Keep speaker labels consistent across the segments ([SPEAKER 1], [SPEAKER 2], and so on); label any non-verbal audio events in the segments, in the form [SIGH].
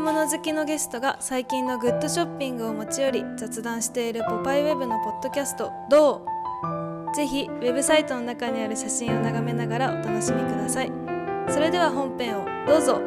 [SPEAKER 1] 物好きのゲストが最近のグッドショッピングを持ち寄り雑談しているポパイウェブのポッドキャスト「どう?」ぜひウェブサイトの中にある写真を眺めながらお楽しみくださいそれでは本編をどうぞ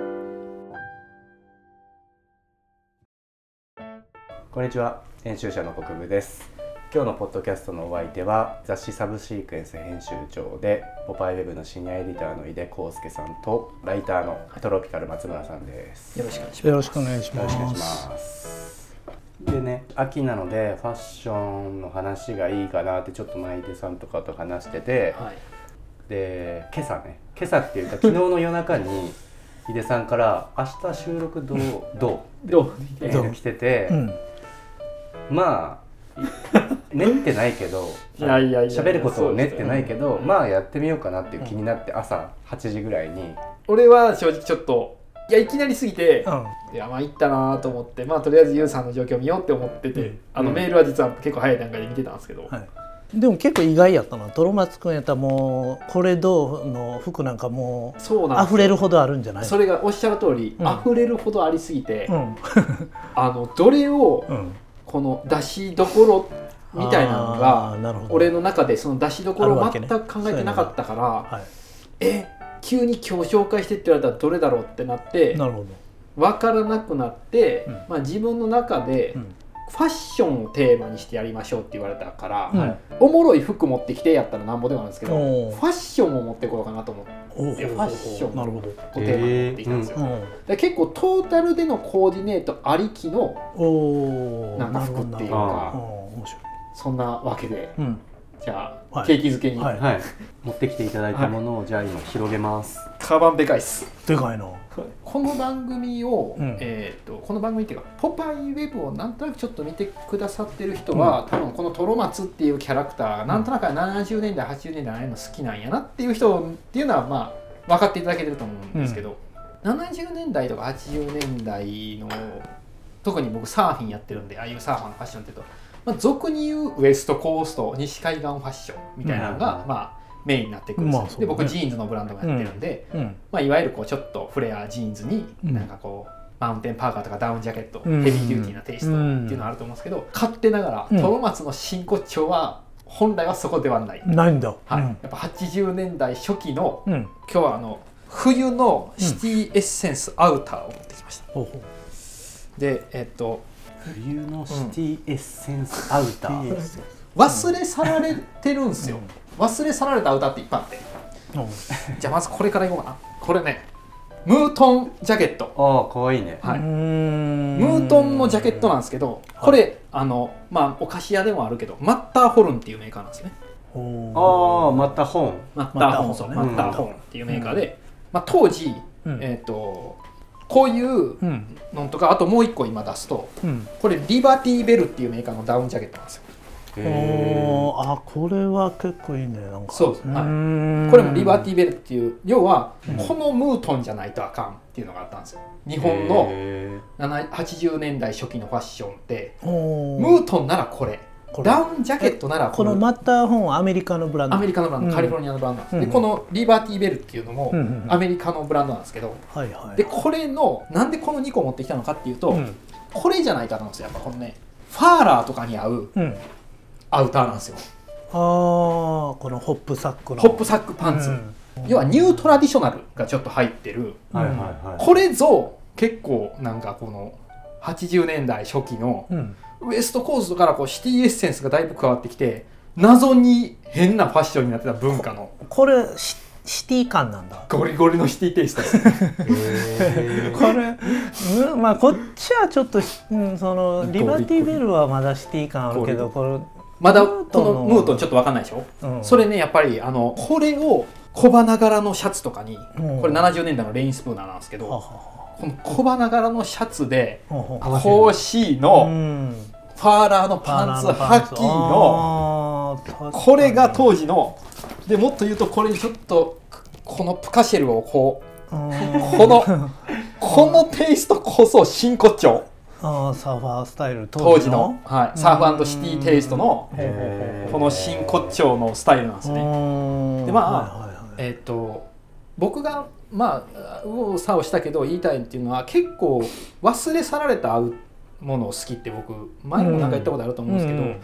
[SPEAKER 2] こんにちは編集者の国分です今日のポッドキャストのお相手は雑誌サブシークエンス編集長でポパイウェブのシニアエディターの井出康介さんとライターのトロピカル松村さんです
[SPEAKER 3] よろしくお願いし
[SPEAKER 4] よろしくお願いし
[SPEAKER 2] よ
[SPEAKER 4] ま
[SPEAKER 2] ろし
[SPEAKER 4] す
[SPEAKER 2] くお願いしますでね秋なのでファッションの話がいいかなってちょっと前井出さんとかと話してて、
[SPEAKER 3] ます。はい。
[SPEAKER 2] で今朝ね今朝っていうか昨日の夜中に井出さんから「明日収録どうど
[SPEAKER 3] どう
[SPEAKER 2] う?」メ
[SPEAKER 4] どう
[SPEAKER 2] ール来てて、
[SPEAKER 4] うん、
[SPEAKER 2] まあい [LAUGHS] 練ってないけど
[SPEAKER 3] いやいやいや
[SPEAKER 2] 喋ることを練ってないけ
[SPEAKER 3] そ
[SPEAKER 2] ど、
[SPEAKER 3] うですね
[SPEAKER 2] まあやってみようかなっていう気になって朝8時ぐらいに
[SPEAKER 3] 俺は正直ちょっと、いや、いきなりすぎて、
[SPEAKER 4] うん、
[SPEAKER 3] いや、まあ、いったなと思って、まあ、とりあえずユウさんの状況を見ようって思ってて、
[SPEAKER 4] うん
[SPEAKER 3] あのメールは実は結構早い段階で見てたんですけど、
[SPEAKER 4] はい。でも結構意外やったな。トロマツくんやったらもうこれどうの服なんかも
[SPEAKER 3] そう
[SPEAKER 4] う
[SPEAKER 3] なんです
[SPEAKER 4] 溢れるほどあるんじゃない？
[SPEAKER 3] それがおっしゃる通り、
[SPEAKER 4] うん
[SPEAKER 3] 溢れるほどありすぎて、
[SPEAKER 4] うん、
[SPEAKER 3] あのどれを
[SPEAKER 4] うん、
[SPEAKER 3] この出しどころみたいなの
[SPEAKER 4] あー
[SPEAKER 3] が
[SPEAKER 4] なるほど。
[SPEAKER 3] 俺の中でその出しどころ
[SPEAKER 4] ある
[SPEAKER 3] を
[SPEAKER 4] わけ
[SPEAKER 3] 全
[SPEAKER 4] ね
[SPEAKER 3] く考えてなかったから、
[SPEAKER 4] は
[SPEAKER 3] え急に今日紹介してって言われたらどれだろうってなって
[SPEAKER 4] い、なるほど。
[SPEAKER 3] 分からなくなって、
[SPEAKER 4] うん
[SPEAKER 3] まあ、自分の中で
[SPEAKER 4] うん、
[SPEAKER 3] ファッションをテーマにしてやりましょうって言われたから、
[SPEAKER 4] うん
[SPEAKER 2] はい
[SPEAKER 3] おもろい服持ってきてやったらなんぼでもあるんですけどフ
[SPEAKER 4] おー
[SPEAKER 3] ァッションを持ってこようかなと思って
[SPEAKER 4] おー、
[SPEAKER 3] いやファッション
[SPEAKER 4] なるほど。
[SPEAKER 3] テーマに持ってきたんですよ、
[SPEAKER 4] う
[SPEAKER 3] だか
[SPEAKER 4] ん、
[SPEAKER 3] ら結構トータルでのコーディネートありきの
[SPEAKER 4] おお、
[SPEAKER 3] なんか
[SPEAKER 4] るほ
[SPEAKER 3] 服
[SPEAKER 4] ど
[SPEAKER 3] っていう
[SPEAKER 4] なる
[SPEAKER 3] か
[SPEAKER 4] ほどおー面白い。
[SPEAKER 3] そんなわけで
[SPEAKER 4] うん、
[SPEAKER 3] じゃあ、
[SPEAKER 4] はい
[SPEAKER 3] 景気づけに、
[SPEAKER 4] はい
[SPEAKER 2] はい、持ってきていただいたものをじゃあ今広げます。
[SPEAKER 3] カバンでかいっす
[SPEAKER 4] でかいな。
[SPEAKER 3] この番組を、
[SPEAKER 4] うん
[SPEAKER 3] えー、とこの番組っていうか「ポパイウェブ」をなんとなくちょっと見てくださってる人は、多分このトロマツっていうキャラクターがなんとなく70年代80年代ああいうの好きなんやなっていう人っていうのはまあ分かっていただけてると思うんですけど、70年代とか80年代の特に僕サーフィンやってるんでああいうサーファーのファッションっていうと、まあ、俗に言うウエストコースト西海岸ファッションみたいなのが、
[SPEAKER 2] うん
[SPEAKER 3] まあメインになってくるんですよ、
[SPEAKER 4] まあそう
[SPEAKER 3] で
[SPEAKER 4] ね
[SPEAKER 3] 僕ジーンズのブランドもやってるんで。
[SPEAKER 4] うん、
[SPEAKER 3] まあ、いわゆるこうちょっとフレアジーンズに
[SPEAKER 4] うん
[SPEAKER 3] なんかこう、マウンテンパーカーとかダウンジャケット、
[SPEAKER 4] うん
[SPEAKER 3] ヘビーデューティーなテイストっていうのはあると思うんですけど、勝手なが
[SPEAKER 4] う
[SPEAKER 3] ら
[SPEAKER 4] ん
[SPEAKER 3] トロマツの真骨頂は本来はそこではない、
[SPEAKER 4] ないんだ。
[SPEAKER 3] はいやっぱ80年代初期の
[SPEAKER 4] うん、うん、
[SPEAKER 3] 今日はあの冬のシティエッセンスアウターを持ってきました、
[SPEAKER 4] ほうほう。
[SPEAKER 3] でえっと
[SPEAKER 2] 冬のシティエッセンスアウター。
[SPEAKER 3] 忘れ去られてるんですよ、忘れ去られたアウターっていっぱいあって
[SPEAKER 4] うん
[SPEAKER 3] じゃあまずこれからいこうかなこれねムートンジャケット
[SPEAKER 2] ああ可愛いね。
[SPEAKER 3] はいう
[SPEAKER 4] ーん
[SPEAKER 3] ムートンのジャケットなんですけど、これ、あの、まあ、お菓子屋でもあるけど、マッターホルンっていうメーカーなんですね。
[SPEAKER 2] ああ
[SPEAKER 4] おー
[SPEAKER 2] また本。
[SPEAKER 3] マッターホルン、
[SPEAKER 4] マッターホルン
[SPEAKER 3] そう
[SPEAKER 4] ね
[SPEAKER 3] マッターホルンっていうメーカーで、まあ、当時、
[SPEAKER 4] うん
[SPEAKER 3] えっ、と、こういう
[SPEAKER 4] うん
[SPEAKER 3] のとか、あともう一個今出すと、
[SPEAKER 4] うん
[SPEAKER 3] これ、リバティベルっていうメーカーのダウンジャケットなんですよ。
[SPEAKER 2] へ
[SPEAKER 4] おーあこれは結構いいねなんか
[SPEAKER 3] そうですはい
[SPEAKER 4] い
[SPEAKER 3] これもリバテ
[SPEAKER 4] ィ
[SPEAKER 3] ィベルっていう、要は
[SPEAKER 4] うん、
[SPEAKER 3] このムートンじゃないとあかんっていうのがあったんですよ。日
[SPEAKER 2] 日
[SPEAKER 3] 本の7 80年代初期のファッションって、
[SPEAKER 4] お
[SPEAKER 3] ム
[SPEAKER 4] ー
[SPEAKER 3] ートンならこれ、
[SPEAKER 4] これ
[SPEAKER 3] ダウンジャケットなら
[SPEAKER 4] このマッターホーンはアメリカのブランド
[SPEAKER 3] アメリカのブランド、
[SPEAKER 4] うん
[SPEAKER 3] カリフォルニアのブランドなんです、
[SPEAKER 4] うん
[SPEAKER 3] でこのリバティベルっていうのも、
[SPEAKER 4] うんうんうん
[SPEAKER 3] アメリカのブランドなんですけど
[SPEAKER 4] はいはい
[SPEAKER 3] でこれのなんでこの2個持ってきたのかっていうと、
[SPEAKER 4] うん
[SPEAKER 3] これじゃないかなんですよやっぱこのねファーラーとかに合う
[SPEAKER 4] うん
[SPEAKER 3] アウターなんですよ
[SPEAKER 4] ああこのホップサックの
[SPEAKER 3] ホップサックパンツ、
[SPEAKER 4] うん
[SPEAKER 3] 要はニュートラディショナルがちょっと入ってる
[SPEAKER 2] はいはいはい。
[SPEAKER 3] これぞ結構なんかこの80年代初期の
[SPEAKER 4] うん
[SPEAKER 3] ウエストコーストからこうシティエッセンスがだいぶ加わってきて謎に変なファッションになってた文化の
[SPEAKER 4] これシシティ感なんだ
[SPEAKER 3] ゴリゴリのシティテイストです
[SPEAKER 2] へ
[SPEAKER 4] これ、うん、まあこっちはちょっと、うん、そのリバティベルはまだシティ感あるけどこ
[SPEAKER 3] まだ
[SPEAKER 4] ムー
[SPEAKER 3] こ
[SPEAKER 4] トンの
[SPEAKER 3] のムートンちょっと分かんないでしょ、
[SPEAKER 4] れ、うん、
[SPEAKER 3] それねやっぱりあのこれを小花柄のシャツとかに、
[SPEAKER 4] うん
[SPEAKER 3] これ70年代のレインスプーナーなんですけ
[SPEAKER 4] はは
[SPEAKER 3] ど、
[SPEAKER 4] は
[SPEAKER 3] この小花柄のシャツで
[SPEAKER 4] ほうほう
[SPEAKER 2] 合わせる
[SPEAKER 3] コーシー
[SPEAKER 4] う
[SPEAKER 3] の
[SPEAKER 4] ん
[SPEAKER 3] ファーラーのパンツハッキーの
[SPEAKER 4] の
[SPEAKER 3] これが当時のでもっと言うとこれちょっとこのプカシェルをこうこ
[SPEAKER 4] こ
[SPEAKER 3] のこのテイストこそ真骨頂
[SPEAKER 4] あーサーファースタイル
[SPEAKER 3] 当
[SPEAKER 4] 当
[SPEAKER 3] 時
[SPEAKER 4] 時
[SPEAKER 3] の
[SPEAKER 4] の、
[SPEAKER 3] はい、サーフシティテイストの
[SPEAKER 2] え。
[SPEAKER 3] この真骨頂のスタイルなんですね。でまあ
[SPEAKER 4] あ
[SPEAKER 3] えっ、と僕がまあ右往左往したけど言いたいっていうのは結構忘れ去られたものを好きって僕前もなんか言ったことあると思うんですけど、
[SPEAKER 4] うんうん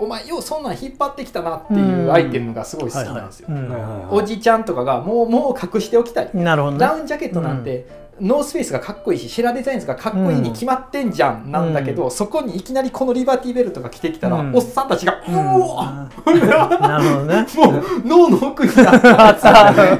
[SPEAKER 3] お前ようそんなん引っ張ってきたなっていうアイテムがすごい好きなんですよ。
[SPEAKER 4] うん
[SPEAKER 2] はいはいはい
[SPEAKER 3] おじちゃんとかがもうもう隠しておきたい
[SPEAKER 4] なるほどね
[SPEAKER 3] ダウンジャケットなんて、ノースフェイスがかっこいいしシェラデザインズがかっこいいに決まってんじゃん、なんだけどそこにいきなりこのリバティベルトが着てきたら、
[SPEAKER 4] うん
[SPEAKER 3] おっさんたちが「うおー
[SPEAKER 4] うんなるほどね
[SPEAKER 3] もう脳の奥にあった
[SPEAKER 4] [LAUGHS] あ
[SPEAKER 3] やつ
[SPEAKER 4] っ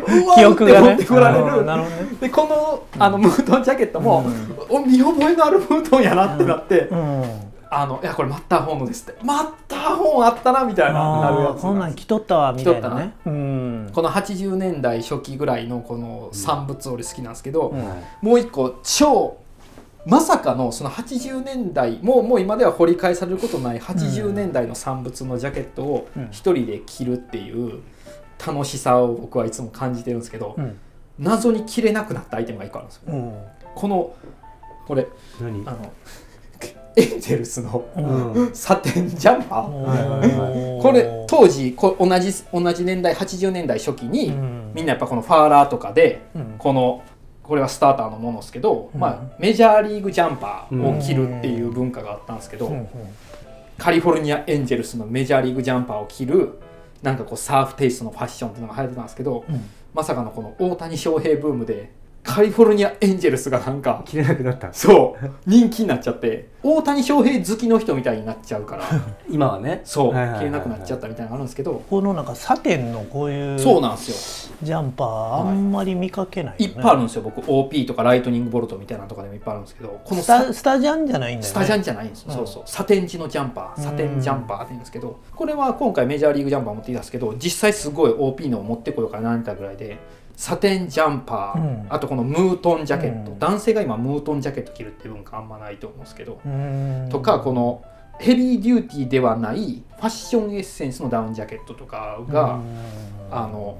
[SPEAKER 4] た
[SPEAKER 3] うわ
[SPEAKER 4] 記憶が
[SPEAKER 3] って
[SPEAKER 4] ね
[SPEAKER 3] 持ってこられ
[SPEAKER 4] あー
[SPEAKER 3] る
[SPEAKER 4] なるほどね
[SPEAKER 3] でこのあのムートンジャケットも、お見覚えのあるムートンやなってなって、
[SPEAKER 4] うん
[SPEAKER 3] あのいやこれマッターホーンのですってマッターホーンあったなみたいななるや
[SPEAKER 4] あー
[SPEAKER 3] つ
[SPEAKER 4] こんなん着とったわみたいなねうん
[SPEAKER 3] この80年代初期ぐらいのこの産物俺好きなんですけど、
[SPEAKER 4] うん
[SPEAKER 3] もう一個超まさかのその80年代もうもう今では掘り返されることない80年代の産物のジャケットを
[SPEAKER 4] うん
[SPEAKER 3] 一人で着るっていう楽しさを僕はいつも感じてるんですけど、
[SPEAKER 4] うん
[SPEAKER 3] 謎に着れなくなったアイテムが一個あるんですよ。
[SPEAKER 4] うん
[SPEAKER 3] このこれ
[SPEAKER 2] 何
[SPEAKER 3] あのエンゼルスの
[SPEAKER 4] うん
[SPEAKER 2] うん
[SPEAKER 3] サテンジャンパー
[SPEAKER 2] はいはいは
[SPEAKER 3] これ当時こ同じ同じ年代80年代初期に、
[SPEAKER 4] うん
[SPEAKER 3] みんなやっぱこのファーラーとかで
[SPEAKER 4] うん
[SPEAKER 3] このこれはスターターのものですけど、
[SPEAKER 4] うん
[SPEAKER 3] まあ、メジャーリーグジャンパーを着るっていう文化があったんですけど、
[SPEAKER 4] うん
[SPEAKER 3] カリフォルニア・エンジェルスのメジャーリーグジャンパーを着るなんかこうサーフテイストのファッションっていうのが流行ってたんですけど
[SPEAKER 4] うん
[SPEAKER 3] まさかのこの大谷翔平ブームでカリフォルニア・エンジェルスがなんか
[SPEAKER 2] 切れなくなった
[SPEAKER 3] そう人気になっちゃって大谷翔平好きの人みたいになっちゃう
[SPEAKER 2] [LAUGHS]
[SPEAKER 3] から
[SPEAKER 2] 今はね
[SPEAKER 3] そう
[SPEAKER 2] はいはいはい
[SPEAKER 3] 着れなくなっちゃったみたいなのがあるんですけど。
[SPEAKER 4] このなんかサテンのこういう
[SPEAKER 3] そうなんですよ
[SPEAKER 4] ジャンパーあんまり見かけない
[SPEAKER 3] い
[SPEAKER 4] よ
[SPEAKER 3] っ
[SPEAKER 4] ね
[SPEAKER 3] ぱいあるんですよ僕 OP とかライトニングボルトみたいなのとかでもいっぱいあるんですけどこの
[SPEAKER 4] スタスタジャンじゃないんだよね
[SPEAKER 3] スタジャンじゃないんですよ、
[SPEAKER 4] うん
[SPEAKER 3] そうそうサテン地のジャンパーサテンジャンパーって言うんですけどこれは今回メジャーリーグジャンパー持ってきたんですけど実際すごい OP のを持ってこようかなみたいなぐらいでサテンジャンパー、
[SPEAKER 4] うん
[SPEAKER 3] あとこのムートンジャケット、
[SPEAKER 4] うん
[SPEAKER 3] 男性が今ムートンジャケット着るっていう文化あんまないと思うんですけど、
[SPEAKER 4] うん
[SPEAKER 3] とかこのヘビーデューティーではないファッションエッセンスのダウンジャケットとかが、
[SPEAKER 4] うん
[SPEAKER 3] あの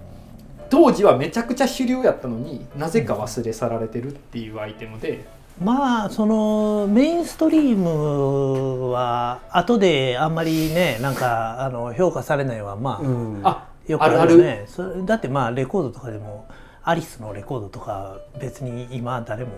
[SPEAKER 3] 当時はめちゃくちゃ主流やったのになぜか忘れ去られてるっていうアイテムで、
[SPEAKER 4] まあそのメインストリームは後であんまりねなんかあの評価されないはまあ、
[SPEAKER 2] うん
[SPEAKER 3] あ
[SPEAKER 4] よくあるよ
[SPEAKER 3] あ
[SPEAKER 4] ねそれだってまあレコードとかでもアリスのレコードとか別に今誰も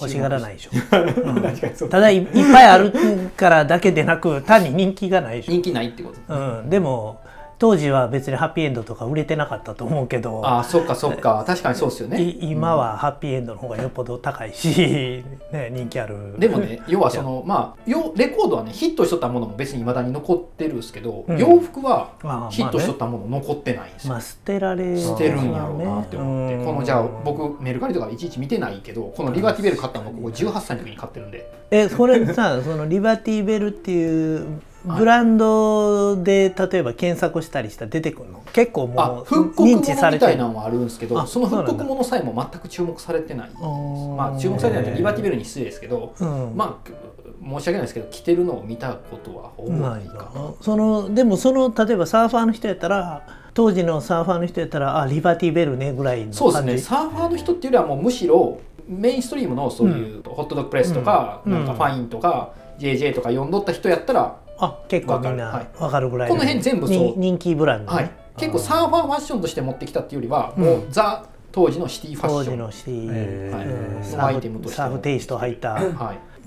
[SPEAKER 4] 欲しがらないでしょ、うん
[SPEAKER 3] 確かにそう
[SPEAKER 4] ただいいっぱいあるからだけでなく単に人気がないでし
[SPEAKER 3] 人気ないってこと
[SPEAKER 4] ょ、うん、でも当時は別にハッピーエンドとか売れてなかったと思うけど
[SPEAKER 3] ああそっかそっか確かにそうですよね
[SPEAKER 4] い今はハッピーエンドの方がよっぽど高いし、 [LAUGHS] ね、人気ある
[SPEAKER 3] でもね
[SPEAKER 4] [LAUGHS]
[SPEAKER 3] 要はそのまあよレコードはねヒットしとったものも別に未だに残ってるんですけど、
[SPEAKER 4] うん
[SPEAKER 3] 洋服は
[SPEAKER 4] まあ
[SPEAKER 3] ヒットしとったもの残ってないんですよ、
[SPEAKER 4] まあ捨てられ
[SPEAKER 3] 捨てるんやろうなって思って、このじゃあ僕メルカリとかいちいち見てないけどこのリバティベル買ったの僕18歳の時に買ってるんで
[SPEAKER 4] えそれさ [LAUGHS] そのリバティベルっていうブランドで例えば検索したりしたら出てくるの結構
[SPEAKER 3] あ
[SPEAKER 4] もう
[SPEAKER 3] 復刻物
[SPEAKER 4] 認
[SPEAKER 3] み
[SPEAKER 4] 知され
[SPEAKER 3] た
[SPEAKER 4] て
[SPEAKER 3] い
[SPEAKER 4] る
[SPEAKER 3] なのはあるんですけど
[SPEAKER 4] あ
[SPEAKER 3] その
[SPEAKER 4] そう
[SPEAKER 3] 復
[SPEAKER 4] なん
[SPEAKER 3] 刻
[SPEAKER 4] だ
[SPEAKER 3] 物さえも全く注目されてないま
[SPEAKER 4] ま
[SPEAKER 3] あ注目されてないと
[SPEAKER 2] へー
[SPEAKER 3] リバティベルに失礼ですけど、
[SPEAKER 4] うん
[SPEAKER 3] まあ申し訳ないですけど着てるのを見たことはほぼ
[SPEAKER 4] な
[SPEAKER 3] ない
[SPEAKER 4] い
[SPEAKER 3] か
[SPEAKER 4] か
[SPEAKER 3] な
[SPEAKER 4] なそのでもその例えばサーファーの人やったら当時のサーファーの人やったらあリバティベルねぐらいの
[SPEAKER 3] そうです
[SPEAKER 4] 感
[SPEAKER 3] ね
[SPEAKER 4] じ
[SPEAKER 3] サーファーの人っていうよりはもうむしろメインストリームのそういうホットドッグプレスとか、
[SPEAKER 4] うん
[SPEAKER 3] なんかファインとか、JJ とか呼んどった人やったら、
[SPEAKER 4] あ結構みん
[SPEAKER 3] わか
[SPEAKER 4] な
[SPEAKER 3] る
[SPEAKER 4] わかるぐらい
[SPEAKER 3] この辺全部そう
[SPEAKER 4] に人気ブランドね、
[SPEAKER 3] はい、結構サーファーファッションとして持ってきたっていうよりは、
[SPEAKER 4] うん
[SPEAKER 3] もうザ当時のシティファッ
[SPEAKER 4] 当
[SPEAKER 3] シ
[SPEAKER 4] 時
[SPEAKER 3] ョン
[SPEAKER 4] のシティ、
[SPEAKER 2] へー
[SPEAKER 4] うん
[SPEAKER 3] そ
[SPEAKER 4] サ
[SPEAKER 3] のアイテ
[SPEAKER 4] ー
[SPEAKER 3] ムと
[SPEAKER 4] フ
[SPEAKER 3] して
[SPEAKER 4] サーフテイスト入った
[SPEAKER 3] はい、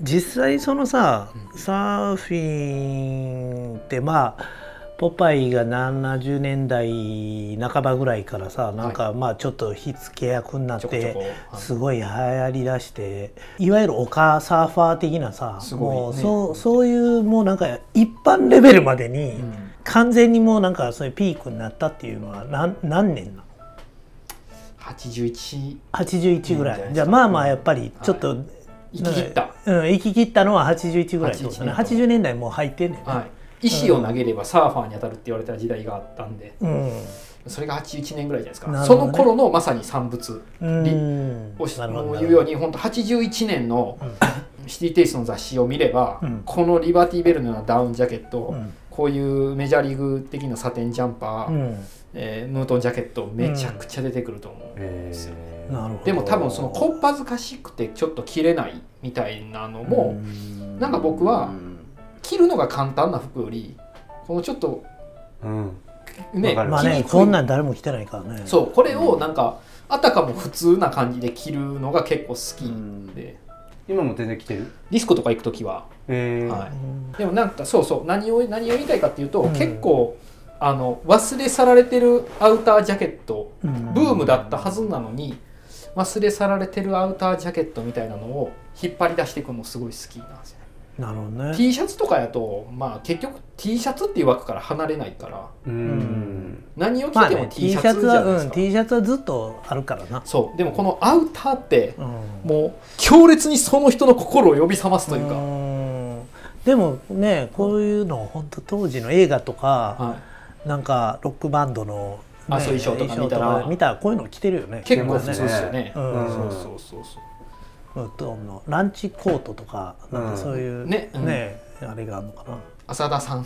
[SPEAKER 4] 実際そのさ、サーフィンってまあポパイが70年代半ばぐらいからさなんかまあちょっと火付け役になっ
[SPEAKER 3] ちょこちょ
[SPEAKER 4] て
[SPEAKER 3] こはい
[SPEAKER 4] すごい流行りだしていわゆる丘サーファー的なさ
[SPEAKER 3] すごいね
[SPEAKER 4] もうそうそういうもうなんか一般レベルまでに
[SPEAKER 3] うん
[SPEAKER 4] 完全にもうなんかそういうピークになったっていうのは何何年なの
[SPEAKER 3] 81
[SPEAKER 4] 81ぐ
[SPEAKER 3] いいんじゃない
[SPEAKER 4] ら
[SPEAKER 3] で
[SPEAKER 4] い
[SPEAKER 3] すか
[SPEAKER 4] じゃあまあまあやっぱりちょっと、
[SPEAKER 3] 行き切った、
[SPEAKER 4] うん、行き切ったのは81ぐらいってことね
[SPEAKER 3] 81年
[SPEAKER 4] 80年代もう入ってんねんね、
[SPEAKER 3] はい、石を投げればサーファーに当たるって言われた時代があったんで
[SPEAKER 4] うん
[SPEAKER 3] それが81年ぐらいじゃないですか、
[SPEAKER 4] なるほ
[SPEAKER 3] そ
[SPEAKER 4] どね
[SPEAKER 3] の頃のまさに産物
[SPEAKER 4] うん
[SPEAKER 3] をし
[SPEAKER 4] なるほ
[SPEAKER 3] も
[SPEAKER 4] ど
[SPEAKER 3] う言うように本当81年のシティテイストの雑誌を見れば、
[SPEAKER 4] うん
[SPEAKER 3] このリバティベルのようなダウンジャケット、
[SPEAKER 4] うん
[SPEAKER 3] こういうメジャーリーグ的なサテンジャンパー、
[SPEAKER 4] うん
[SPEAKER 3] えームートンジャケットめちゃくちゃ出てくると思う、
[SPEAKER 2] えー
[SPEAKER 4] なるほど
[SPEAKER 3] でも多分そのこっぱずかしくてちょっと着れないみたいなのも、
[SPEAKER 2] う
[SPEAKER 3] なんか僕は着るのが簡単な服よりこのちょっと
[SPEAKER 2] うん
[SPEAKER 3] ね,、
[SPEAKER 2] わかる
[SPEAKER 4] まあ
[SPEAKER 3] 着に
[SPEAKER 4] ね
[SPEAKER 3] くい
[SPEAKER 4] こんなん誰も来てないからね
[SPEAKER 3] そうこれをなんかあたかも普通な感じで着るのが結構
[SPEAKER 2] う
[SPEAKER 3] 好
[SPEAKER 2] ん
[SPEAKER 3] きで
[SPEAKER 2] 今も全然来てる
[SPEAKER 3] ディスコとか行く時は、
[SPEAKER 2] えー
[SPEAKER 3] はい、でもなんかそうそう何を何を言いたいかっていうと、
[SPEAKER 4] うん
[SPEAKER 3] 結構あの忘れ去られてるアウタージャケット
[SPEAKER 4] ブ
[SPEAKER 3] ブームだったはずなのに忘れ去られてるアウタージャケットみたいなのを引っ張り出していくのすごい好きなんですよね。
[SPEAKER 4] なるほどね
[SPEAKER 3] T シャツとかやと、まあ、結局 T シャツっていう枠から離れないから
[SPEAKER 2] うん
[SPEAKER 3] 何を
[SPEAKER 4] ま
[SPEAKER 3] 着
[SPEAKER 4] あ
[SPEAKER 3] ても
[SPEAKER 4] ね
[SPEAKER 3] T
[SPEAKER 4] T
[SPEAKER 3] シ
[SPEAKER 4] シ
[SPEAKER 3] ャ
[SPEAKER 4] ャ
[SPEAKER 3] ツ
[SPEAKER 4] ツ
[SPEAKER 3] じゃ
[SPEAKER 4] は
[SPEAKER 3] ないで
[SPEAKER 4] う
[SPEAKER 3] す
[SPEAKER 4] ん
[SPEAKER 3] か。
[SPEAKER 4] T シャツはずっとあるからな
[SPEAKER 3] そうでもこのアウターって
[SPEAKER 4] うん
[SPEAKER 3] もう強烈にその人の心を呼び覚ますというか、
[SPEAKER 4] うんでもねこういうの本当当時の映画とか
[SPEAKER 3] は
[SPEAKER 4] なんかロックバンドの
[SPEAKER 3] あ
[SPEAKER 4] ね
[SPEAKER 3] そう衣装とか見たら
[SPEAKER 4] 衣装とか見たらこういうの着てるよね
[SPEAKER 3] い、結構
[SPEAKER 2] ま
[SPEAKER 3] 普
[SPEAKER 2] す
[SPEAKER 3] 通
[SPEAKER 2] ね
[SPEAKER 3] ですよね。
[SPEAKER 4] う
[SPEAKER 3] うんんそうそうそうそう
[SPEAKER 4] うんとあのランチコートとかなんかそういううん
[SPEAKER 3] ねうん
[SPEAKER 4] ねあれがあるのかな
[SPEAKER 3] 浅田さん、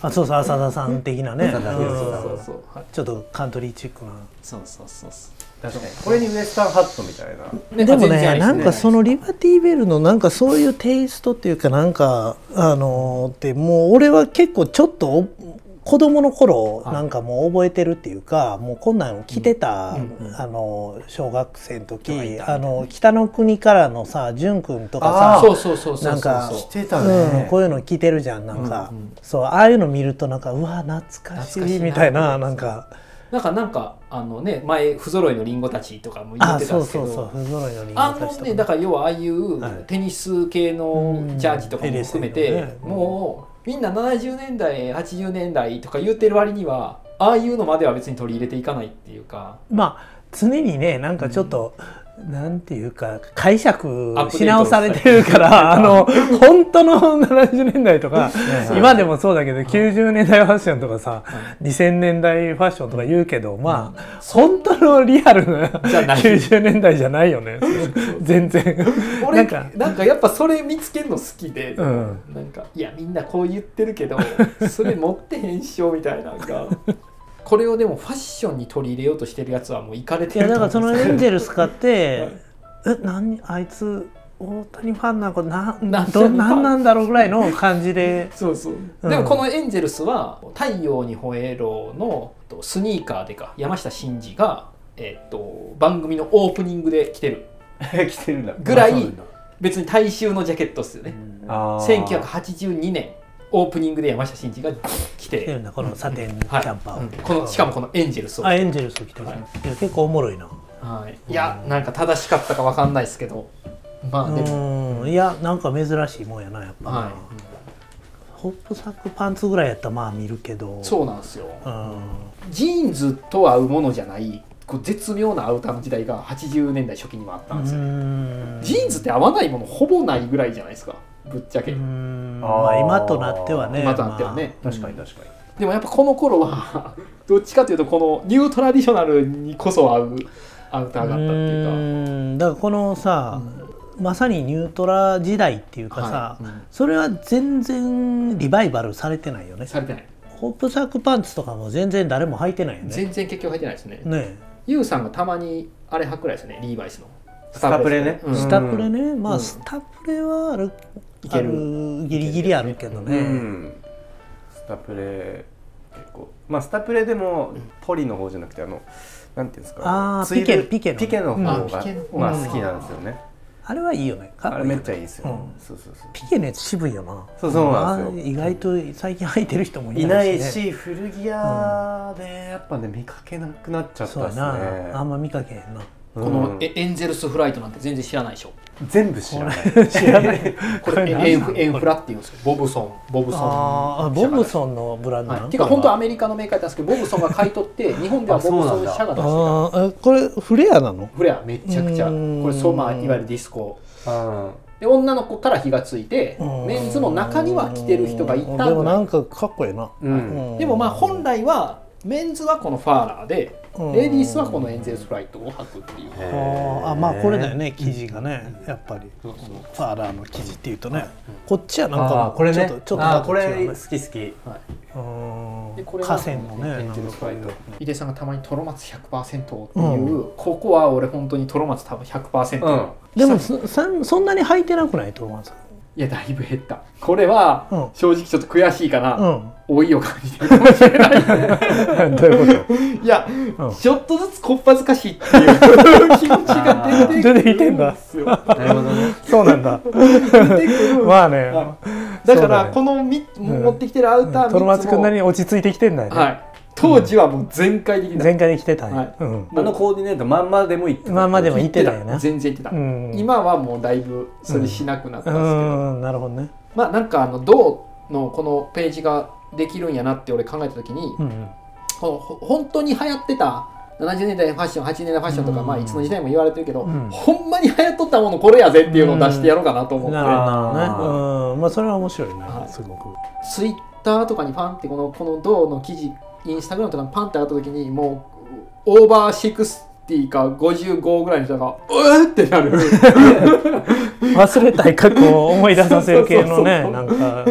[SPEAKER 4] あそうそう浅田さん的なね
[SPEAKER 2] 浅田さん
[SPEAKER 4] うん
[SPEAKER 3] そうそうそう、はい、
[SPEAKER 4] ちょっとカントリーチックな
[SPEAKER 3] そうそうそうそ
[SPEAKER 2] 確かにこれにウエスタンハットみたいな
[SPEAKER 3] う
[SPEAKER 4] でも
[SPEAKER 3] あ全然あ
[SPEAKER 4] ね
[SPEAKER 3] りです
[SPEAKER 4] なんかそのリバティベルのなんかそういうテイストっていうかなんかあのーってもう俺は結構ちょっとお子供の頃
[SPEAKER 3] はい
[SPEAKER 4] なんかもう覚えてるっていうかもうこんなんを着てた、
[SPEAKER 3] うんうん
[SPEAKER 4] あのー小学生の時、
[SPEAKER 3] はい
[SPEAKER 4] あのー北の国からのさ淳君と
[SPEAKER 2] あ
[SPEAKER 4] か
[SPEAKER 3] そうそうそうそうそう
[SPEAKER 4] なんか
[SPEAKER 3] そう
[SPEAKER 2] てた
[SPEAKER 4] さ、うん、こういうの着てるじゃんなんか、
[SPEAKER 3] うんうん
[SPEAKER 4] そうああいうの見るとなんかうわ懐かし
[SPEAKER 3] 懐かし
[SPEAKER 4] い
[SPEAKER 3] いな
[SPEAKER 4] みたいななんか
[SPEAKER 3] なんかなんかあのね前不揃いのリンゴたちとかも言
[SPEAKER 4] あ
[SPEAKER 3] ってたん
[SPEAKER 4] そ
[SPEAKER 3] で
[SPEAKER 4] う
[SPEAKER 3] すけ
[SPEAKER 4] そうそう
[SPEAKER 3] ど
[SPEAKER 4] 不揃いのリン
[SPEAKER 3] あ
[SPEAKER 4] ゴたち
[SPEAKER 3] の
[SPEAKER 4] と
[SPEAKER 3] ねだ
[SPEAKER 4] か。
[SPEAKER 3] から要はああいう
[SPEAKER 4] はい
[SPEAKER 3] テニス系のジャージとかも含めて、
[SPEAKER 4] うん LSA のねうん
[SPEAKER 3] もうみんな70年代80年代とか言ってる割にはああいうのまでは別に取り入れていかないっていう
[SPEAKER 4] [LAUGHS]
[SPEAKER 3] か
[SPEAKER 4] まあ常にねなんかちょっと、なんていうか解釈
[SPEAKER 3] アップ
[SPEAKER 4] し
[SPEAKER 3] デート
[SPEAKER 4] 直されてるからあの本当の70年代とか
[SPEAKER 2] はい [LAUGHS]
[SPEAKER 4] 今でもそうだけど90年代ファッションとかさ
[SPEAKER 3] は
[SPEAKER 4] 2000年代ファッションとか言うけどまあ本当のリアルな
[SPEAKER 3] じゃない
[SPEAKER 4] 90年代じゃないよね全
[SPEAKER 3] [LAUGHS]
[SPEAKER 4] 然な
[SPEAKER 3] 俺
[SPEAKER 4] んか
[SPEAKER 3] なんかやっぱそれ見つけるの好きで、
[SPEAKER 4] うん
[SPEAKER 3] なんかいやみんなこう言ってるけど [LAUGHS] それ持ってへんっしょみたいなのがこれをでもファッションに取り入れようとしてるやつはもういかれ
[SPEAKER 4] い
[SPEAKER 3] て
[SPEAKER 4] や
[SPEAKER 3] る
[SPEAKER 4] だから
[SPEAKER 3] と
[SPEAKER 4] そ
[SPEAKER 3] 思う
[SPEAKER 4] の
[SPEAKER 3] んです
[SPEAKER 4] エ
[SPEAKER 3] よ
[SPEAKER 4] ンジェルス買ってえ何あいつ大谷ファンなのな
[SPEAKER 3] なん
[SPEAKER 4] んどなんなんだろうぐらいの感じで。
[SPEAKER 3] そうそう、
[SPEAKER 4] うん
[SPEAKER 3] でもこのエンジェルスは「太陽に吠えろ」のとスニーカーでか山下真司が、えっと番組のオープニングで着てる
[SPEAKER 2] 着てるんだ
[SPEAKER 3] ぐらい別に大衆のジャケットっすよね
[SPEAKER 2] あー
[SPEAKER 3] 1982年オープニングで山下真司が着
[SPEAKER 4] 着てる
[SPEAKER 3] て
[SPEAKER 4] んだこのサテンキ
[SPEAKER 3] はい
[SPEAKER 4] ャンパーを、
[SPEAKER 3] うんこのしかもこのエンジェルスを、
[SPEAKER 4] あ
[SPEAKER 3] はい
[SPEAKER 4] エンジェルスを着てる、
[SPEAKER 3] はい、
[SPEAKER 4] いや結構おもろいない
[SPEAKER 3] やなんか正しかったかわかんないですけどま
[SPEAKER 4] う
[SPEAKER 3] あでも、
[SPEAKER 4] ーんいやなんか珍しいもんやなやっぱ、
[SPEAKER 3] はい、
[SPEAKER 4] ホップサックパンツぐらいやったらまあ見るけど
[SPEAKER 3] そうなんですよ
[SPEAKER 4] うん
[SPEAKER 3] ジーンズと合うものじゃないこう絶妙なアウターの時代が80年代初期にもあったんですよ、
[SPEAKER 4] う
[SPEAKER 3] ジーンズって合わないものほぼないぐらいじゃないですかぶっちゃけ、
[SPEAKER 4] ーん
[SPEAKER 2] あー
[SPEAKER 4] まあ今となってはね
[SPEAKER 3] 今となってはね
[SPEAKER 2] 確かに確かに
[SPEAKER 3] でもやっぱこの頃は [LAUGHS] どっちかというとこのニュートラディショナルにこそ合うアウターだったってい
[SPEAKER 4] まあ
[SPEAKER 3] うか
[SPEAKER 4] ーんだからこのさ、まさにニュートラ時代っていうかさ、
[SPEAKER 3] はいうん
[SPEAKER 4] それは全然リバイバルされてないよね
[SPEAKER 3] されてない
[SPEAKER 4] ホップサックパンツとかも全然誰も履いてないよね
[SPEAKER 3] 全然結局入ってないですね、
[SPEAKER 4] ね
[SPEAKER 3] ユウさんがたまにあれ履くくらいですねリーバイスの
[SPEAKER 2] スタプレね
[SPEAKER 3] うん
[SPEAKER 4] スタプレね、ま
[SPEAKER 3] う
[SPEAKER 4] あ
[SPEAKER 3] ん
[SPEAKER 4] スタプレはある
[SPEAKER 3] いける
[SPEAKER 4] あるギリギリあるけど
[SPEAKER 2] う
[SPEAKER 4] ね、
[SPEAKER 2] んスタプレ結構まあスタプレでもポリの方じゃなくてあのなんていうんですか
[SPEAKER 4] あー
[SPEAKER 2] ツイル
[SPEAKER 4] ピ
[SPEAKER 2] ピケ
[SPEAKER 4] ケ
[SPEAKER 2] の
[SPEAKER 4] ピケの
[SPEAKER 2] 方
[SPEAKER 3] あ
[SPEAKER 2] が
[SPEAKER 3] ピケの方
[SPEAKER 2] まあ好きなんですよね
[SPEAKER 4] あれはいいよねかっ
[SPEAKER 2] あ
[SPEAKER 4] こ
[SPEAKER 2] れ
[SPEAKER 4] いい
[SPEAKER 2] め
[SPEAKER 4] よね
[SPEAKER 2] っちゃいいですよ
[SPEAKER 4] うん
[SPEAKER 2] そうそうそう
[SPEAKER 4] ピケのやつ渋いよな
[SPEAKER 2] そうそうなんですよ
[SPEAKER 4] あれ意外と最近履いてる人も
[SPEAKER 2] い
[SPEAKER 4] いな
[SPEAKER 2] ないい
[SPEAKER 4] し,、ね、
[SPEAKER 2] し古着屋でやっぱね見かけなくなっちゃっ
[SPEAKER 4] そ
[SPEAKER 2] た
[SPEAKER 4] うや
[SPEAKER 2] です
[SPEAKER 4] なあん
[SPEAKER 2] ね
[SPEAKER 4] ま見かけへんな
[SPEAKER 2] うん
[SPEAKER 3] このエエンゼルスフライトなんて全然知らないでしょ
[SPEAKER 2] 全部知らない
[SPEAKER 4] 知らない
[SPEAKER 3] これ
[SPEAKER 4] 何
[SPEAKER 3] エンフエンフラっていうんですけどボブソンボブソン
[SPEAKER 4] あーボブソンのブランドな
[SPEAKER 3] はい、
[SPEAKER 4] の
[SPEAKER 3] ていうか本当はアメリカのメーカーだったんですけどボブソンが買い取って日本ではボブソン社が出してた
[SPEAKER 4] あーえこれフレアなの
[SPEAKER 3] フレアめちゃくちゃ
[SPEAKER 4] うーん
[SPEAKER 3] これそうまあいわゆるディスコ
[SPEAKER 2] あ
[SPEAKER 3] で女の子から火がついて
[SPEAKER 4] うん
[SPEAKER 3] メンズの中には着てる人がいた
[SPEAKER 4] う
[SPEAKER 3] ぐ
[SPEAKER 4] んで
[SPEAKER 3] らい
[SPEAKER 4] もなんかかっこいいな、
[SPEAKER 2] ーうん
[SPEAKER 4] うん
[SPEAKER 3] でもまあ本来はメンズはこのファーラーで
[SPEAKER 4] うん
[SPEAKER 3] レディースはこのエンゼルスフライトを履くっていう
[SPEAKER 4] あ
[SPEAKER 2] へ
[SPEAKER 4] ーあまあこれだよね生地がねやっぱりファーラーの生地っていうとねこっちはなんかも
[SPEAKER 2] あ
[SPEAKER 4] う
[SPEAKER 2] ーこれね
[SPEAKER 4] ちょっとちょっと
[SPEAKER 2] あ
[SPEAKER 4] な
[SPEAKER 2] ー
[SPEAKER 4] んか
[SPEAKER 2] こ
[SPEAKER 4] 違
[SPEAKER 2] れ
[SPEAKER 4] う
[SPEAKER 2] 好
[SPEAKER 4] ね
[SPEAKER 2] き好き
[SPEAKER 4] うん
[SPEAKER 3] でこれは
[SPEAKER 4] 河川のね
[SPEAKER 3] エン
[SPEAKER 4] なん
[SPEAKER 3] ジェル
[SPEAKER 4] か
[SPEAKER 3] スフライト井出さんがたまにトロマツ100%っていう、
[SPEAKER 4] う
[SPEAKER 3] ここは俺本当にトロマツ多分100%、
[SPEAKER 2] うん
[SPEAKER 4] でもそそんそんなに履いてなくないと思うんですよ
[SPEAKER 3] いやだいぶ減ったこれは
[SPEAKER 4] うん
[SPEAKER 3] 正直ちょっと悔しいかな、
[SPEAKER 4] う
[SPEAKER 3] 老いを感じてるかもしれない
[SPEAKER 4] ん [LAUGHS] どういうこ
[SPEAKER 3] いや
[SPEAKER 4] と、うん
[SPEAKER 3] ちょっとずつこっぱずかしいっていう
[SPEAKER 4] [LAUGHS]
[SPEAKER 3] 気持ちが出てくる
[SPEAKER 4] 出てきてんだ
[SPEAKER 3] ですよなるほどね
[SPEAKER 4] [LAUGHS] そうなんだ
[SPEAKER 3] 出てくる
[SPEAKER 4] まあね、
[SPEAKER 3] はだ
[SPEAKER 4] そ
[SPEAKER 3] か
[SPEAKER 4] うだ
[SPEAKER 3] ら
[SPEAKER 4] ね
[SPEAKER 3] このみ、持ってきてるアウター3つも、
[SPEAKER 4] トロマツくんなりに落ち着いてきてんだよね、
[SPEAKER 3] はい、当時はもう全開的だ、
[SPEAKER 4] 前回で来てたね、
[SPEAKER 3] はい
[SPEAKER 4] うん
[SPEAKER 2] [LAUGHS] あのコーディネートまんまでもいいってこと
[SPEAKER 4] まあまあでも言ってたよね
[SPEAKER 3] 全然言ってた、
[SPEAKER 4] うん
[SPEAKER 3] 今はもうだいぶそれしなくなったんですけど、
[SPEAKER 4] うんなるほどね
[SPEAKER 3] まあなんかあの「銅のこのページができるんやなって俺考えた時に、
[SPEAKER 4] うんうん
[SPEAKER 3] このほ本当に流行ってた70年代のファッション80年代のファッションとか、
[SPEAKER 4] うん
[SPEAKER 3] まあいつの時代も言われてるけど、
[SPEAKER 4] うん
[SPEAKER 3] ほんまに流行っとったものこれやぜっていうのを出してやろうかなと思って、
[SPEAKER 4] なるほどね
[SPEAKER 2] あ
[SPEAKER 4] うんまあそれは面白いね、
[SPEAKER 3] はい
[SPEAKER 4] すごく
[SPEAKER 3] ツイッターとかにパンってこのこの銅の記事インスタグラムとかにパンって上がった時にもうオーバー60か55ぐらいの人が「うっ!」ってな
[SPEAKER 4] [LAUGHS]
[SPEAKER 3] るっ
[SPEAKER 4] 忘れたい過去を思い出させる系のね
[SPEAKER 3] そう
[SPEAKER 4] な
[SPEAKER 3] そ
[SPEAKER 4] んか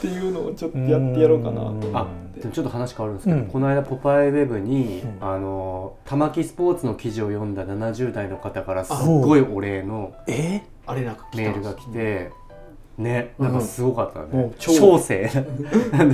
[SPEAKER 3] ていうのをちょっとやってやろうかなと思って
[SPEAKER 4] うん
[SPEAKER 2] あでもちょっと話変わるんですけど、
[SPEAKER 4] うん
[SPEAKER 2] この間「ポパイウェブに」
[SPEAKER 4] うん
[SPEAKER 2] あの玉木スポーツの記事を読んだ70代の方からすっごいお礼の
[SPEAKER 4] え
[SPEAKER 3] あれなんか来た
[SPEAKER 2] メールが来てね
[SPEAKER 3] うん
[SPEAKER 2] なんかすごかったね、
[SPEAKER 3] もう超
[SPEAKER 4] [LAUGHS]
[SPEAKER 2] 超生 [LAUGHS]
[SPEAKER 4] え
[SPEAKER 2] もう
[SPEAKER 4] なん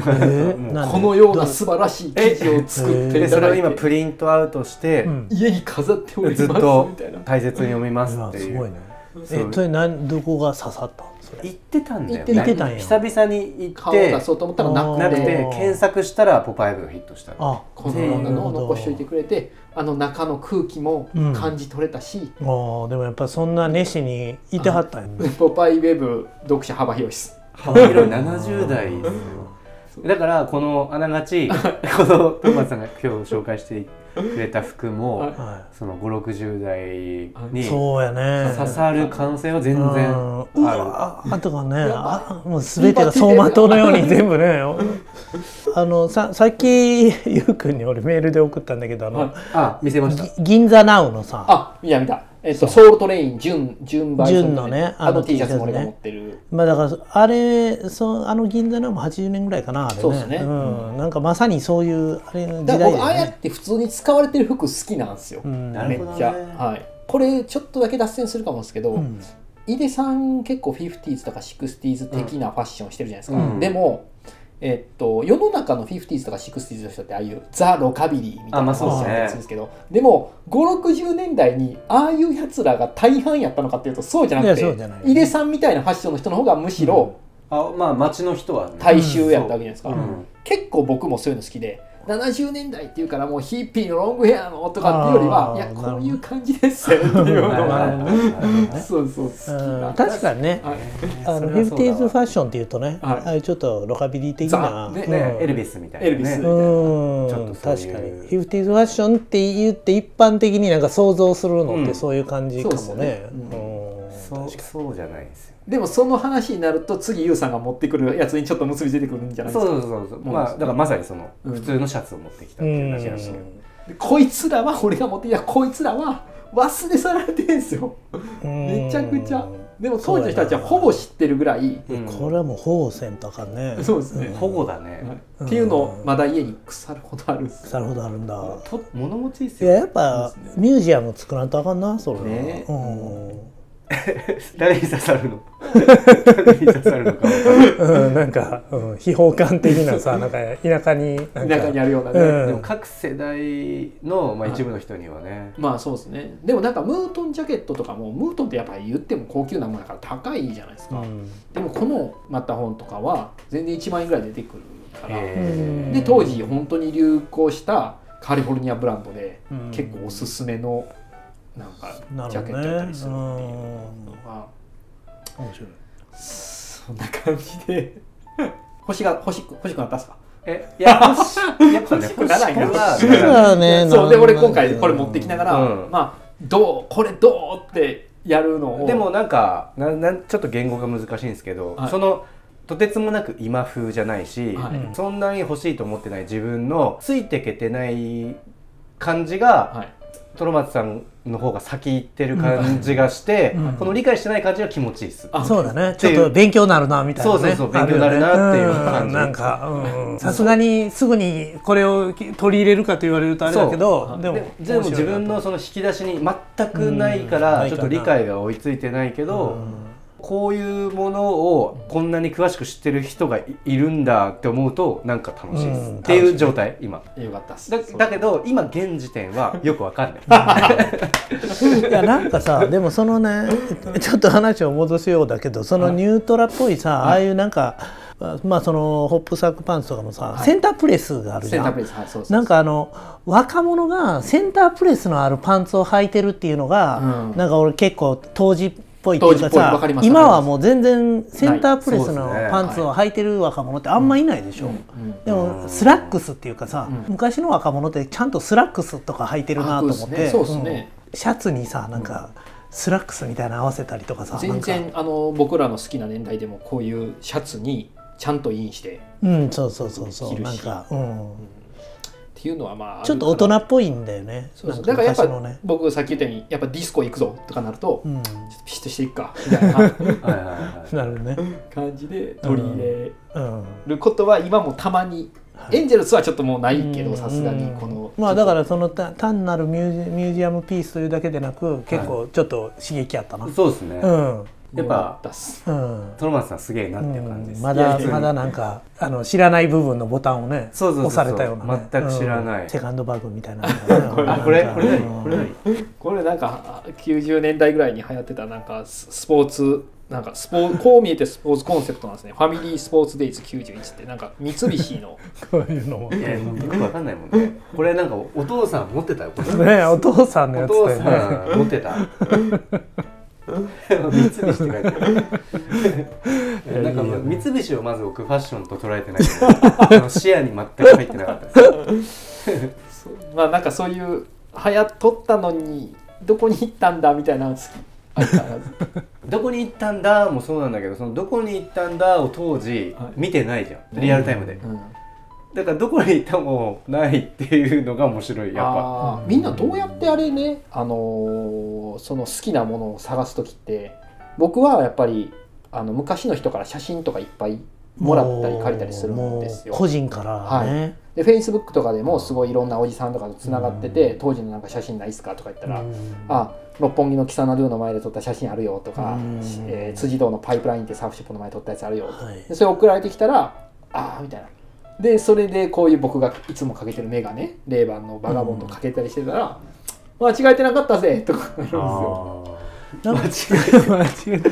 [SPEAKER 4] で
[SPEAKER 3] このような素晴らしい記事を作って
[SPEAKER 2] で
[SPEAKER 3] い
[SPEAKER 2] そ
[SPEAKER 3] た
[SPEAKER 2] れ
[SPEAKER 3] だ
[SPEAKER 2] を
[SPEAKER 3] い
[SPEAKER 2] 今
[SPEAKER 3] て
[SPEAKER 2] プリントアウトして、
[SPEAKER 4] うん
[SPEAKER 3] 家に飾っております
[SPEAKER 2] ずっ
[SPEAKER 3] み
[SPEAKER 2] と
[SPEAKER 3] たいな
[SPEAKER 2] 大切に読みます
[SPEAKER 4] うわ
[SPEAKER 2] って
[SPEAKER 4] す
[SPEAKER 2] い
[SPEAKER 4] ごいうね
[SPEAKER 2] そう
[SPEAKER 4] えっとなんどこが刺さったのそ
[SPEAKER 2] 行
[SPEAKER 4] れ
[SPEAKER 2] ってたんだよね
[SPEAKER 3] 行って
[SPEAKER 4] たんや
[SPEAKER 2] 久々に行っ
[SPEAKER 3] 顔を
[SPEAKER 2] て
[SPEAKER 3] 出そうと思ったらなく
[SPEAKER 2] なく
[SPEAKER 3] て
[SPEAKER 2] て
[SPEAKER 4] あー
[SPEAKER 2] 検索したら「ポパイウェブ」がヒットしたの
[SPEAKER 4] あ
[SPEAKER 3] このようなのを
[SPEAKER 4] なるほど
[SPEAKER 3] 残しておいてくれてあの中の空気も
[SPEAKER 4] うん
[SPEAKER 3] 感じ取れたし、
[SPEAKER 4] あーでもやっぱそんな熱心にいてはったんやね
[SPEAKER 3] ポパイウェブ読者幅広いです。
[SPEAKER 2] 幅広い70代だからこのあながちこのトマさんが今日紹介してくれた服
[SPEAKER 3] は
[SPEAKER 2] も
[SPEAKER 3] い
[SPEAKER 4] は
[SPEAKER 2] その560代
[SPEAKER 4] い
[SPEAKER 2] に刺
[SPEAKER 4] そうやね
[SPEAKER 2] さる可能性は全然
[SPEAKER 4] うん
[SPEAKER 2] あ
[SPEAKER 4] う
[SPEAKER 2] る。
[SPEAKER 4] わーとかね
[SPEAKER 3] や
[SPEAKER 4] あもう全てが走馬灯のように全部ねあのささっきゆうくんに俺メールで送ったんだけどあの、
[SPEAKER 3] はい
[SPEAKER 2] あ見せました。
[SPEAKER 4] ぎ銀座ナウのさ
[SPEAKER 3] あ見た見た、えっと、ソウルトレイン純純バイソン
[SPEAKER 4] 純のね
[SPEAKER 3] あ
[SPEAKER 4] あ
[SPEAKER 3] の
[SPEAKER 4] の
[SPEAKER 3] T シャツ
[SPEAKER 4] T シャツね
[SPEAKER 3] も俺が持ってる、
[SPEAKER 4] まあだからあれそあの銀座ナウも80年ぐらいかなあれね
[SPEAKER 3] そうですね
[SPEAKER 4] ん、なんかまさにそういうあれの時
[SPEAKER 3] だか
[SPEAKER 4] 代
[SPEAKER 3] ら
[SPEAKER 4] だ
[SPEAKER 3] 僕ああ
[SPEAKER 4] よ
[SPEAKER 3] や
[SPEAKER 4] ね
[SPEAKER 3] って普通に使われてる服好きなんですよ、
[SPEAKER 4] うん
[SPEAKER 2] な
[SPEAKER 3] め
[SPEAKER 2] るほ
[SPEAKER 3] っ
[SPEAKER 2] どね
[SPEAKER 3] ちゃ、はい、これちょっとだけ脱線するかもですけど、
[SPEAKER 4] うん
[SPEAKER 3] 井出さん結構 50s とか 60s 的なファッションしてるじゃないですか、
[SPEAKER 2] うん
[SPEAKER 3] でも、えっと、世の中の 50s とか 60s の人ってああいうザ・ロカビリーみたい
[SPEAKER 2] あま
[SPEAKER 3] な
[SPEAKER 2] あそう
[SPEAKER 4] ですね
[SPEAKER 3] ファッションやつですけどでも560年代にああいうやつらが大半やったのかっていうとそうじゃなく
[SPEAKER 4] いや
[SPEAKER 3] て
[SPEAKER 4] そうじゃない
[SPEAKER 3] 井出さんみたいなファッションの人の方がむしろ
[SPEAKER 2] あまあ街の人はね
[SPEAKER 3] 大衆やったわけじゃないですか、
[SPEAKER 2] うん
[SPEAKER 3] 結構僕もそういうの好きで。70年代っていうからもうヒッピーのロングヘアのとかっていうよりは
[SPEAKER 4] あー
[SPEAKER 3] いや
[SPEAKER 4] なるほ
[SPEAKER 3] こ
[SPEAKER 4] ど
[SPEAKER 3] ういう感じですよっていうの
[SPEAKER 2] はいはいはい
[SPEAKER 3] が [LAUGHS]
[SPEAKER 2] はいはい
[SPEAKER 3] そうそう好き
[SPEAKER 4] う、
[SPEAKER 3] なん
[SPEAKER 4] 確かにね
[SPEAKER 3] はい
[SPEAKER 4] あの
[SPEAKER 2] それはそうだわ
[SPEAKER 4] 50s ファッションっていうとね、
[SPEAKER 3] はい
[SPEAKER 4] ああいうちょっとロカビリー的な、
[SPEAKER 3] ザね
[SPEAKER 4] うん
[SPEAKER 2] ねエルビスみたいなね。
[SPEAKER 3] エルビス
[SPEAKER 4] うん
[SPEAKER 2] ちょっとそうい
[SPEAKER 4] 確
[SPEAKER 2] う
[SPEAKER 4] かに 50s ファッションって言って一般的になんか想像するのってそういう感じか
[SPEAKER 3] そ
[SPEAKER 4] も
[SPEAKER 3] うですよ。ね
[SPEAKER 4] ねうん
[SPEAKER 2] そうそうじゃないですよ。
[SPEAKER 3] でもその話になると次ユウさんが持ってくるやつにちょっと結びついてくるんじゃないで
[SPEAKER 2] そう
[SPEAKER 3] す
[SPEAKER 2] そ
[SPEAKER 3] か
[SPEAKER 2] うそうそう。
[SPEAKER 3] もう
[SPEAKER 2] まあだからまさにその
[SPEAKER 3] うん
[SPEAKER 2] 普通のシャツを持ってきたっていうだけなんですけど。
[SPEAKER 3] でこいつらは俺が持ってきたこいつらは忘れ去られてるんですよめちゃくちゃでも当時の人たちはほぼ知ってるぐらい
[SPEAKER 2] うん
[SPEAKER 4] これはもうほぼせんとあかんね。
[SPEAKER 3] そうですね、
[SPEAKER 2] 保護だね。
[SPEAKER 3] はいっていうのをまだ家に腐るほどあるんです
[SPEAKER 4] なるほどあるんだ。
[SPEAKER 2] と物持ちいいっす
[SPEAKER 4] いやや
[SPEAKER 2] よ
[SPEAKER 4] っ。ぱミュージアム作らんとあかんなそれは。
[SPEAKER 3] ね
[SPEAKER 4] う
[SPEAKER 2] 誰に刺さる
[SPEAKER 4] [LAUGHS]
[SPEAKER 2] の？誰に刺さるのかわかんない。
[SPEAKER 4] ん [LAUGHS] うんなんかうん秘宝館的なさなんか田舎に
[SPEAKER 3] 田
[SPEAKER 4] なんか
[SPEAKER 3] 舎にあるようなね、
[SPEAKER 4] うん
[SPEAKER 2] でも各世代のまあ一部の人にはね。
[SPEAKER 3] まあそうですねでもなんかムートンジャケットとかもムートンってやっぱり言っても高級なものだから高いじゃないですか、
[SPEAKER 4] うん
[SPEAKER 3] でもこのまた本とかは全然1万円ぐらい出てくるから、
[SPEAKER 2] へー
[SPEAKER 3] で当時本当に流行したカリフォルニアブランドで
[SPEAKER 4] うん
[SPEAKER 3] 結構おすすめのなんか
[SPEAKER 4] な
[SPEAKER 3] ジ
[SPEAKER 4] る
[SPEAKER 3] ャ
[SPEAKER 4] ほ
[SPEAKER 3] ケ
[SPEAKER 4] ど
[SPEAKER 3] ッ
[SPEAKER 4] ね
[SPEAKER 3] トだったりするっていうのが、
[SPEAKER 4] 面白い。
[SPEAKER 3] そんな感じで欲しが欲しく欲しくなったっすか
[SPEAKER 2] えいや欲しやっぱね
[SPEAKER 3] 欲しくならんよ
[SPEAKER 2] 欲し
[SPEAKER 4] そ
[SPEAKER 2] く
[SPEAKER 4] う
[SPEAKER 2] はならん
[SPEAKER 4] だね。
[SPEAKER 3] そうで俺今
[SPEAKER 4] な
[SPEAKER 3] 回
[SPEAKER 4] んか
[SPEAKER 3] これ持ってきながら、
[SPEAKER 2] うん
[SPEAKER 3] まあどうこれどうってやるのを
[SPEAKER 2] でもなんかなんなんちょっと言語が難しいんですけど、
[SPEAKER 3] はい
[SPEAKER 2] そのとてつもなく今風じゃないし、
[SPEAKER 3] はい
[SPEAKER 2] そんなに欲しいと思ってない自分のついてけてない感じが、
[SPEAKER 3] はい
[SPEAKER 2] トロマツさんの方が先行ってる感じがして、
[SPEAKER 4] うん
[SPEAKER 2] この理解してない感じが気持ちいいです。
[SPEAKER 3] あ
[SPEAKER 4] そうだね。
[SPEAKER 2] て
[SPEAKER 4] ちょ
[SPEAKER 2] い
[SPEAKER 4] っ
[SPEAKER 2] う
[SPEAKER 4] と勉強になるなみたいなね。
[SPEAKER 2] そうそうそう勉強になるなっていう
[SPEAKER 4] あるよね
[SPEAKER 2] 感じ
[SPEAKER 4] んなんか、うんさすがにすぐにこれを取り入れるかと言われるとあれだけ
[SPEAKER 3] そ
[SPEAKER 4] ど、
[SPEAKER 3] う
[SPEAKER 4] でも
[SPEAKER 2] ででも自分のその引き出しに全くないか
[SPEAKER 4] うん
[SPEAKER 2] ら
[SPEAKER 4] ない
[SPEAKER 2] ち
[SPEAKER 4] か
[SPEAKER 2] ょっと
[SPEAKER 4] ら
[SPEAKER 2] 理解が追いついてないけど、こういうものをこんなに詳しく知ってる人がいいるんだって思うとなんか楽しいです、
[SPEAKER 4] うん
[SPEAKER 2] っていう状態今
[SPEAKER 3] よかったっす
[SPEAKER 2] だ
[SPEAKER 3] そう
[SPEAKER 2] だけど今現時点はよくわかんない
[SPEAKER 4] いやなん
[SPEAKER 3] [LAUGHS]
[SPEAKER 4] かさでもそのねちょっと話を戻すようだけどそのニュートラっぽいさ、ああいうなんかまあそのホップサックパンツとかもさ、
[SPEAKER 3] はい
[SPEAKER 4] センタープレスがあるじ
[SPEAKER 3] セン
[SPEAKER 4] ゃ
[SPEAKER 3] タープレ
[SPEAKER 4] ん。
[SPEAKER 3] イスはいそうそうそう
[SPEAKER 4] なんかあの若者がセンタープレスのあるパンツを履いてるっていうのが、
[SPEAKER 3] うん
[SPEAKER 4] なんか俺結構当時っぽいっていう
[SPEAKER 3] 当時
[SPEAKER 4] か
[SPEAKER 3] っぽいわ
[SPEAKER 4] さ
[SPEAKER 3] かります
[SPEAKER 4] 今はもう全然センタープレスの
[SPEAKER 2] ない
[SPEAKER 4] パンツを履いてる若者ってあんまいないでしょ。
[SPEAKER 3] うん
[SPEAKER 4] でもスラックスっていうかさ、昔の若者ってちゃんとスラックスとか履いてるなと思
[SPEAKER 3] あそ
[SPEAKER 4] って、
[SPEAKER 3] うですねそうですね
[SPEAKER 4] うんシャツにさなんかスラックスみたいなの合わせたりとかさ
[SPEAKER 3] 全
[SPEAKER 4] なんか
[SPEAKER 3] 然あの僕らの好きな年代でもこういうシャツにちゃんとインしてっ
[SPEAKER 4] うんそうそうそうそ
[SPEAKER 3] 着
[SPEAKER 4] う
[SPEAKER 3] る
[SPEAKER 4] なん
[SPEAKER 3] し
[SPEAKER 4] か、うん、
[SPEAKER 3] ていうのはまあ
[SPEAKER 4] ちょっと大人っぽいんだよね
[SPEAKER 3] そうそう
[SPEAKER 4] な
[SPEAKER 3] だ
[SPEAKER 4] ん
[SPEAKER 3] からやっ
[SPEAKER 4] 昔
[SPEAKER 3] ぱ、
[SPEAKER 4] のね、
[SPEAKER 3] 僕さっき言ったようにやっぱディスコ行くぞとかなると、
[SPEAKER 4] うん、
[SPEAKER 3] ちょっとピシッとしていくかみたいな
[SPEAKER 2] はいはいはい
[SPEAKER 4] なるほどね、
[SPEAKER 3] 感じで取り入れ
[SPEAKER 4] うん、
[SPEAKER 3] ることは今もたまに、
[SPEAKER 4] はい
[SPEAKER 3] エンジェルスはちょっともうないけどさすがに
[SPEAKER 4] うん
[SPEAKER 3] この
[SPEAKER 4] まあだからそのた単なるミュージミュージアムピースというだけでなく結構ちょっと刺激あったな、
[SPEAKER 2] [LAUGHS] そうですね、
[SPEAKER 4] うん
[SPEAKER 2] やっぱ
[SPEAKER 3] 出す
[SPEAKER 4] うん
[SPEAKER 2] トロマツさんすげえなっていう感じです、
[SPEAKER 4] まだ
[SPEAKER 2] いや
[SPEAKER 4] まだなんかあの知らない部分のボタンをね
[SPEAKER 2] そうそうそうそう
[SPEAKER 4] 押されたような、ね、
[SPEAKER 2] 全く知らない
[SPEAKER 4] うんセカンドバッグみたいな
[SPEAKER 2] あ [LAUGHS] これこれ何これ
[SPEAKER 4] うん
[SPEAKER 2] 何
[SPEAKER 3] これなんかあ90年代ぐらいに流行ってたなんかススポーツなんかスポーこう見えてスポーツコンセプトなんですね「ファミリースポーツデイズ91」ってなんか三菱の
[SPEAKER 4] こういうのも
[SPEAKER 2] いやよくわかんないもんねこれなんかお父さん持ってたよこれ
[SPEAKER 4] ねお父さんの
[SPEAKER 2] お
[SPEAKER 4] やつ
[SPEAKER 2] 父
[SPEAKER 4] だよね
[SPEAKER 2] さん持ってた。三菱って書いてある。なんかもう三菱をまず置くファッションと捉えてないから。あの視野に全く入ってなかったです。
[SPEAKER 3] そうまあなんかそういう流行っとったのにどこに行ったんだみたいなの好き相変わらず
[SPEAKER 2] どこに行ったんだもそうなんだけど、そのどこに行ったんだを当時
[SPEAKER 3] はい
[SPEAKER 2] 見てないじゃん。リアルタイムで。
[SPEAKER 3] うん
[SPEAKER 2] だからどこに行ったもないっていうのが面白い。やっぱ。
[SPEAKER 3] あーみんなどうやってあれね、あのーその好きなものを探す時って僕はやっぱりあの昔の人から写真とかいっぱいもらったり借りたりするんですよ
[SPEAKER 4] もう個人からね、
[SPEAKER 3] でフェイスブックとかでもすごいいろんなおじさんとかとつながってて、当時のなんか写真ないっすかとか言ったら、
[SPEAKER 4] うん
[SPEAKER 3] あ六本木のキサナドゥの前で撮った写真あるよとか、
[SPEAKER 4] うん
[SPEAKER 3] えー辻堂のパイプラインってサーフショップの前で撮ったやつあるよとか
[SPEAKER 4] はい
[SPEAKER 3] でそれ送られてきたらああみたいなでそれでこういう僕がいつもかけてるメガネレイバンのバガボンドかけたりしてたら、間違えてなかったぜとかなるんですよ
[SPEAKER 4] なんか間違えた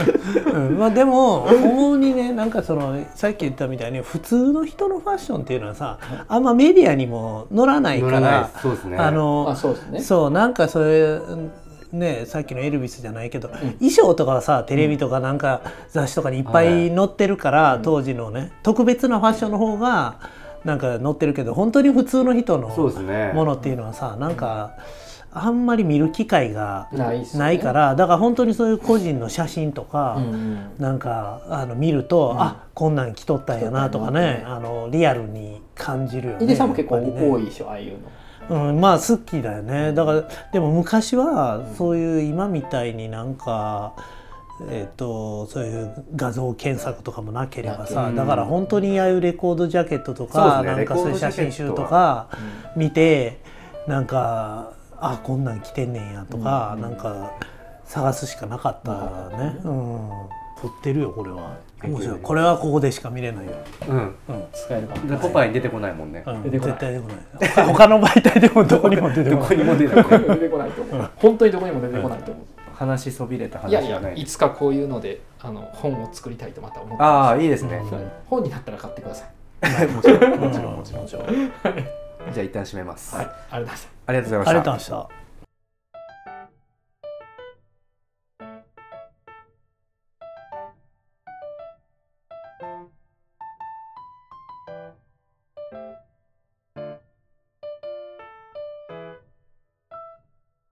[SPEAKER 4] うんまあでも思うにねなんかそのさっき言ったみたいに普通の人のファッションっていうのはさあんまメディアにも乗らない
[SPEAKER 2] 乗
[SPEAKER 4] から
[SPEAKER 2] らないです。そうですね。
[SPEAKER 4] あの
[SPEAKER 3] あそうですね
[SPEAKER 4] そうなんかそれうんねさっきのエルビスじゃないけど、衣装とかはさテレビとかなんか雑誌とかにいっぱい載ってるから、当時のね特別なファッションの方がなんか載ってるけど本当に普通の人の
[SPEAKER 2] そうですね。
[SPEAKER 4] ものっていうのはさなんかあんまり見る機会が
[SPEAKER 3] ないっすね
[SPEAKER 4] ないから、だから本当にそういう個人の写真とか。
[SPEAKER 3] うんうん
[SPEAKER 4] なんかあの見ると、あこんなん着とったんやなとかねあのリアルに感じるよね。
[SPEAKER 3] 井出さんも結構
[SPEAKER 4] やっぱりね
[SPEAKER 3] 多いでしょ、ああいうの
[SPEAKER 4] うん、まあ好きだよねだからでも昔はそういう今みたいになんか、えっとそういう画像検索とかもなければさ、
[SPEAKER 2] うん
[SPEAKER 4] だから本当にああいうレコードジャケットと
[SPEAKER 2] そ
[SPEAKER 4] か、
[SPEAKER 2] うですね
[SPEAKER 4] なんかそういう写真集とか見て、なんかあこんなん着てんねんやとか、なんか探すしかなかったね。うん撮ってるよこれは面白いこれはここでしか見れないよ、
[SPEAKER 2] うん。
[SPEAKER 4] うん
[SPEAKER 3] 使えるかも
[SPEAKER 2] でポパイに出てこないもんね
[SPEAKER 4] う。ん、
[SPEAKER 3] 出てこない
[SPEAKER 4] 絶対出てこない他他の媒体でもどこにも出てこ
[SPEAKER 2] ど
[SPEAKER 4] な
[SPEAKER 2] [LAUGHS]
[SPEAKER 4] い
[SPEAKER 2] こにも出てこない。
[SPEAKER 3] 出てこないと思う本当にどこにも出てこないと思う、
[SPEAKER 2] 話しそびれた話
[SPEAKER 3] い
[SPEAKER 2] じ
[SPEAKER 3] や
[SPEAKER 2] ゃ
[SPEAKER 3] い
[SPEAKER 2] な
[SPEAKER 3] や
[SPEAKER 2] い。
[SPEAKER 3] いつかこういうのであの本を作りたいとまた思ってま
[SPEAKER 2] ああいいですね。
[SPEAKER 3] すはい本になったら買ってください
[SPEAKER 2] [LAUGHS] もちろんもちろんもちろん。じゃあ一旦閉めます。
[SPEAKER 3] はいありがとうございます
[SPEAKER 2] ありがとうございまし
[SPEAKER 4] あ
[SPEAKER 2] た
[SPEAKER 4] りがとうございました。